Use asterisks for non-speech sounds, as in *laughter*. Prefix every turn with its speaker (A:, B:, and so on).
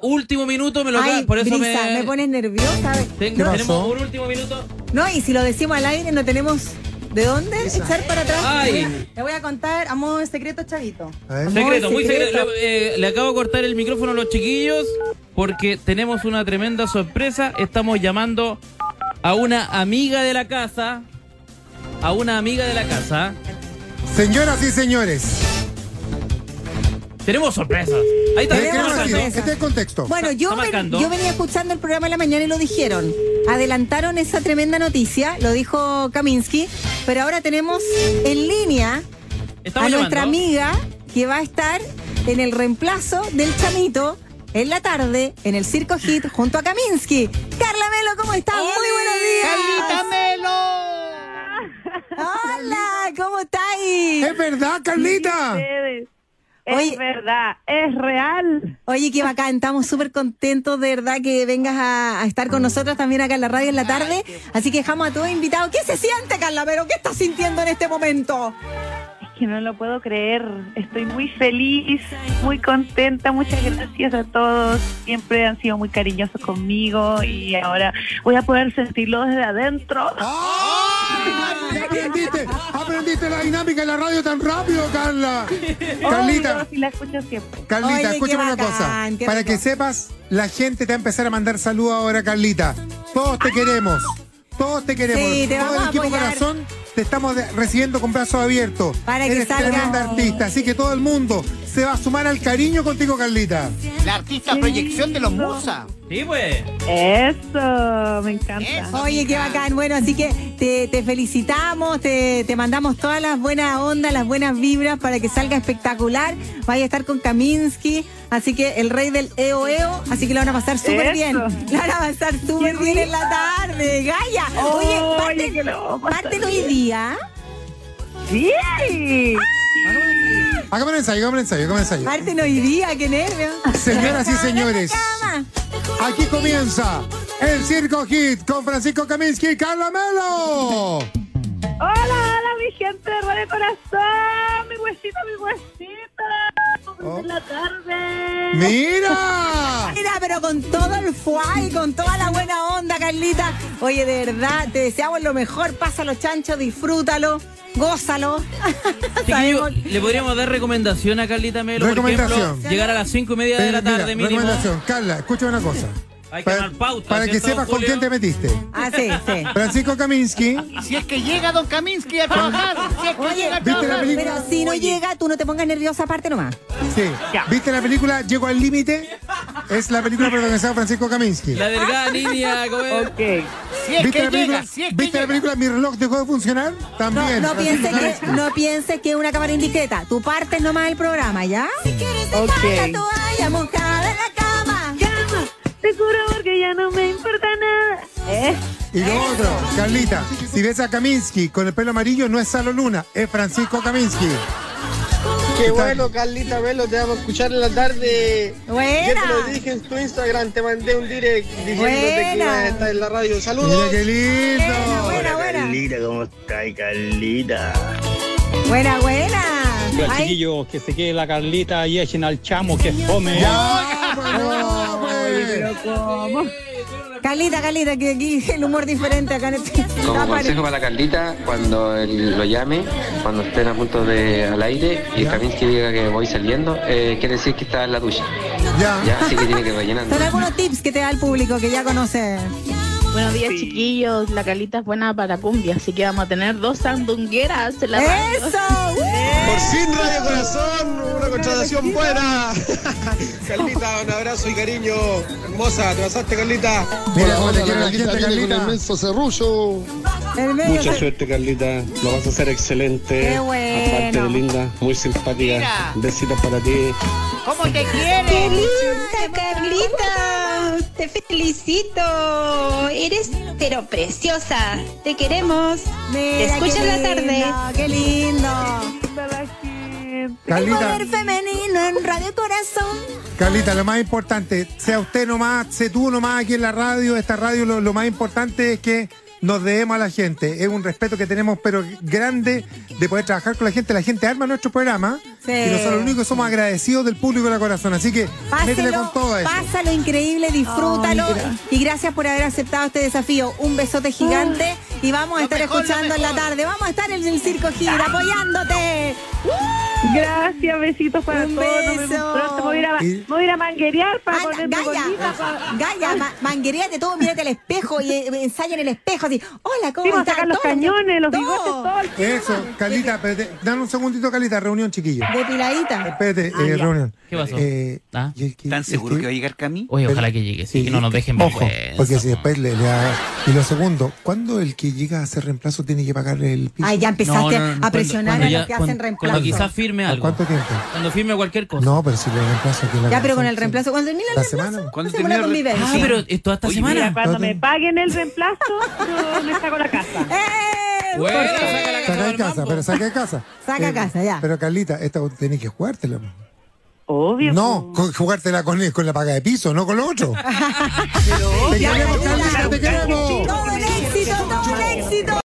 A: Último minuto me lo
B: Ay,
A: ca- por eso
B: Brisa, me...
A: me,
B: pones nerviosa.
A: Ten-
C: ¿Qué pasó?
A: tenemos un último minuto.
B: No, y si lo decimos al aire, no tenemos de dónde echar para atrás.
A: Ay.
B: Le voy a- Le voy a contar a modo de secreto, Chavito.
C: A ver.
B: A modo de
A: Secreto, muy secreto. Le, eh, le acabo de cortar el micrófono a los chiquillos porque tenemos una tremenda sorpresa. Estamos llamando a una amiga de la casa. A una amiga de la casa.
C: Señoras y señores,
A: Tenemos sorpresas. Ahí está.
C: ¿qué
B: Tenemos
A: estamos
C: así?
A: marcando.
B: sorpresas.
C: este es el contexto.
B: Bueno,
A: Está-
B: yo,
A: está
B: ven-
A: marcando.
B: yo venía escuchando el programa de la mañana y lo dijeron. Adelantaron esa tremenda noticia, lo dijo Kaminsky, pero ahora tenemos en línea
A: Estamos
B: a nuestra
A: llamando.
B: amiga que va a estar en el reemplazo del chamito en la tarde en el Circo Hit junto a Kaminsky. Carla Melo, ¿cómo estás? Muy buenos días. Hola, ¿cómo estáis?
C: ¿Es verdad, Carlita?
D: ustedes.
B: Oye.
D: Es verdad, es real.
B: Oye, qué bacán, estamos súper contentos de verdad que vengas a, a estar con nosotros también acá en la radio en la tarde. Así que dejamos a todos invitados. ¿Qué se siente, Carla Melo? ¿Qué estás sintiendo en este momento?
D: Es que no lo puedo creer. Estoy muy feliz, muy contenta. Muchas gracias a todos. Siempre han sido muy cariñosos conmigo y ahora voy a poder sentirlo desde adentro.
C: ¡Ay! Ya Aprendiste, aprendiste la dinámica en la radio tan rápido, Carla.
D: Oh,
C: Carlita,
D: Dios, y la escucho siempre.
C: Carlita,
B: Oye, qué
C: escúchame una
B: bacán,
C: cosa.
B: qué
C: Para
B: rico.
C: que sepas, la gente te va a empezar a mandar saludos ahora, Carlita. Todos te queremos. Todos te queremos.
B: Sí, te
C: Todo
B: vamos
C: el
B: a
C: equipo
B: apoyar.
C: corazón te estamos de- recibiendo con brazos abiertos.
B: Para que
C: Eres
B: salga.
C: tremenda artista. Así que todo el mundo se va a sumar al cariño contigo, Carlita.
E: La artista proyección de los Musa.
A: Sí, pues.
D: Eso, me encanta.
E: Eso.
B: Oye, qué bacán. Bueno, así que te, te felicitamos, te, te mandamos todas las buenas ondas, las buenas vibras para que salga espectacular. Vaya a estar con Kaminsky, así que el rey del E EOEO, así que lo van a pasar súper
D: Eso.
B: bien. Lo van a pasar súper bien en la tarde, Gaya. Oye,
D: Oye,
B: parte-
D: que lo vamos a
B: pártelo hoy
D: hacer.
B: día.
D: Sí.
C: Hagamos un ensayo, hagamos un ensayo, hagamos un ensayo.
B: Pártelo hoy día, qué nervios.
C: Señoras y señores.
B: Cama.
C: Aquí comienza el Circo Hit con Francisco Kaminsky y Carla Melo.
D: Hola, hola, mi gente de Radio Corazón, mi huesito, mi huesito.
C: Oh.
D: En la tarde.
C: ¡Mira!
A: *laughs*
B: Mira, pero con todo el fuay, con toda la buena onda, Carlita. Oye, de verdad, te deseamos lo mejor. Pásalo, chancho, disfrútalo, *laughs* gózalo.
A: Chiquillo, le podríamos dar recomendación a Carlita Melo. Por
C: Recomendación.
A: ejemplo, llegar a las cinco y media de la
C: Mira,
A: tarde mínimo.
C: recomendación, Carla, escucha una cosa.
A: Hay que
C: Para,
A: dar pauta,
C: para que
A: ¿cierto,
C: sepas con
A: Julio?
C: quién te metiste.
B: Ah, sí, sí.
C: Francisco Kaminsky,
E: Si es que llega Don Kaminsky a trabajar. Si es que
B: Oye,
E: llega a
C: ¿viste la
E: trabajar.
C: película?
B: Pero si no llega, tú no te pongas nerviosa aparte nomás.
C: sí. ¿Viste la película Llegó al Límite? Es la película protagonizada por Francisco Kaminsky.
A: La delgada niña, ¿cómo es?
D: Ok.
E: Si es
C: ¿Viste,
E: que
C: la película,
E: llega. Si es que
C: ¿viste la
E: llega.
C: película Mi reloj dejó de funcionar?
B: No,
C: También.
B: no
C: Francisco
B: pienses que,
C: *laughs* Kaminsky.
B: no pienses que es una cámara indiscreta. Tú partes nomás el programa, ¿ya? Si quieres
D: dejar Ok.
B: la
D: la
B: toalla mojada en la cama.
D: Llama, te juro porque ya no me importa nada. Eh,
C: Y lo otro, Carlita, si ves a Kaminsky con el pelo amarillo, no es Salo Luna, es Francisco Kaminsky.
F: Qué bueno, Carlita Velo, te vamos a escuchar en la tarde. Ya
B: Buena.
F: te lo dije en tu Instagram, te mandé un direct diciéndote
B: Buena.
F: que ibas a estar en la radio.
C: Mira
F: ¡Saludos!
C: qué lindo.
B: Buena, buena, buena.
G: Carlita, ¿cómo estás, Carlita?
B: Buena, buena. Ay,
H: chiquillos, que se quede la Carlita y echen al chamo que come.
C: Ya, pues, no, pues.
B: Carlita, Carlita, que aquí el humor diferente acá en este.
I: Como
B: Está pare-
I: consejo para Carlita, cuando él lo llame, cuando estén a punto de al aire y Kaminsky diga que voy saliendo, eh, quiere decir que está en la ducha.
C: Ya.
I: Ya, así que tiene que rellenar.
B: Son algunos tips que te da el público que ya conoce.
J: Buenos días, chiquillos. La Carlita es buena para cumbia, así que vamos a tener dos sandungueras. en La
D: Eh.
J: radio.
B: ¡Eso! ¡Uh!
F: Por fin, Radio Corazón, una contratación buena. *laughs* Carlita, un abrazo y cariño. Hermosa, te pasaste, Carlita.
C: Mira cómo te quiere la gente, Carlita.
F: cerrullo.
B: El medio
H: Mucha
B: se-
H: suerte, Carlita. Lo vas a hacer excelente.
B: Qué bueno.
H: Aparte de linda, muy simpática.
E: Mira.
H: Besitos para ti.
E: ¿Cómo te quiere?
K: Linda Carlita, te felicito. Eres pero preciosa. Te queremos.
B: Mira,
K: Te escucho
B: qué
K: en la tarde.
B: lindo, ¡Qué lindo!
D: linda la gente.
B: El
C: Carlita,
B: poder femenino en Radio Corazón.
C: Carlita, lo más importante, sea usted nomás, sé tú nomás aquí en la radio, esta radio, lo, lo más importante es que nos debemos a la gente. Es un respeto que tenemos, pero grande, de poder trabajar con la gente. La gente arma nuestro programa
B: Sí.
C: Y nosotros lo único que somos agradecidos del público de corazón. Así que métele
B: Páselo,
C: con todo eso.
B: pásalo increíble, disfrútalo.
C: Ay, gra-
B: y gracias por haber aceptado este desafío. Un besote gigante. Y vamos a estar escuchando en la tarde. Vamos a estar en el Circo Gira apoyándote.
D: Gracias, besitos para
B: Un
D: todos. Nos
B: beso.
D: vemos pronto. Me voy a ir a,
B: Y-
D: me voy a ir a manguerear para
B: Anda,
D: ponerme
B: Gaya,
D: bonita. pa-
B: Gaya, ma- mangueréate todo, mírate al espejo y eh, ensaya en el espejo así. Hola, ¿cómo
D: Sí, vamos a
B: estás?
D: sacar los
B: Todo,
D: cañones, los
B: todo.
D: bigotes, todo. el-
C: Eso, Carlita, espérate. Dame un segundito, Carlita, reunión chiquillo.
B: Depiladita.
C: Espérate,
B: Ah,
C: eh,
B: ya.
C: reunión.
A: ¿Qué pasó?
C: Eh,
A: ¿Ah?
E: ¿Están seguros que va a llegar Cami?
A: Oye, ojalá que llegue, sí, que no nos dejen
C: Ojo,
A: vergüenza.
C: porque si después le, le da- Y lo segundo, ¿cuándo el que llega a hacer reemplazo tiene que pagar el
A: Ah,
C: piso?
B: Ay, ya empezaste a presionar
A: cuando
B: a
A: ya-
B: los que
A: cuando-
B: hacen reemplazo.
A: Cuando quizás firme
C: ¿A
A: algo.
C: cuánto tiempo?
A: Cuando firme cualquier cosa.
C: No, pero si el reemplazo que la
B: Ya, pero con el
C: sí.
B: reemplazo. Cuando termina el
C: La
B: reemplazo,
C: semana.
E: ¿Cuándo
B: hacemos una
E: termina el re-
B: convivencia.
A: Ah, pero esto hasta
E: Oye,
A: semana.
D: Mira, cuando
C: Todo
D: me
C: bien.
D: paguen el reemplazo, yo me saco la casa.
C: Ah,
B: ¡Eh!
A: Bueno,
B: Porque-
A: saca la
C: Saca de
A: del
C: casa,
A: mambo.
C: pero saca de casa.
B: *laughs* Saca de
C: Eh,
B: casa, ya.
C: Pero Carlita, esta tenés que jugártela.
D: Obvio.
C: No,
D: pues.
B: *laughs*
C: co- jugártela con, con la paga de piso, no con lo otro.
B: Ya,
C: queremos,
B: Carlita,
C: Carlita, te queremos.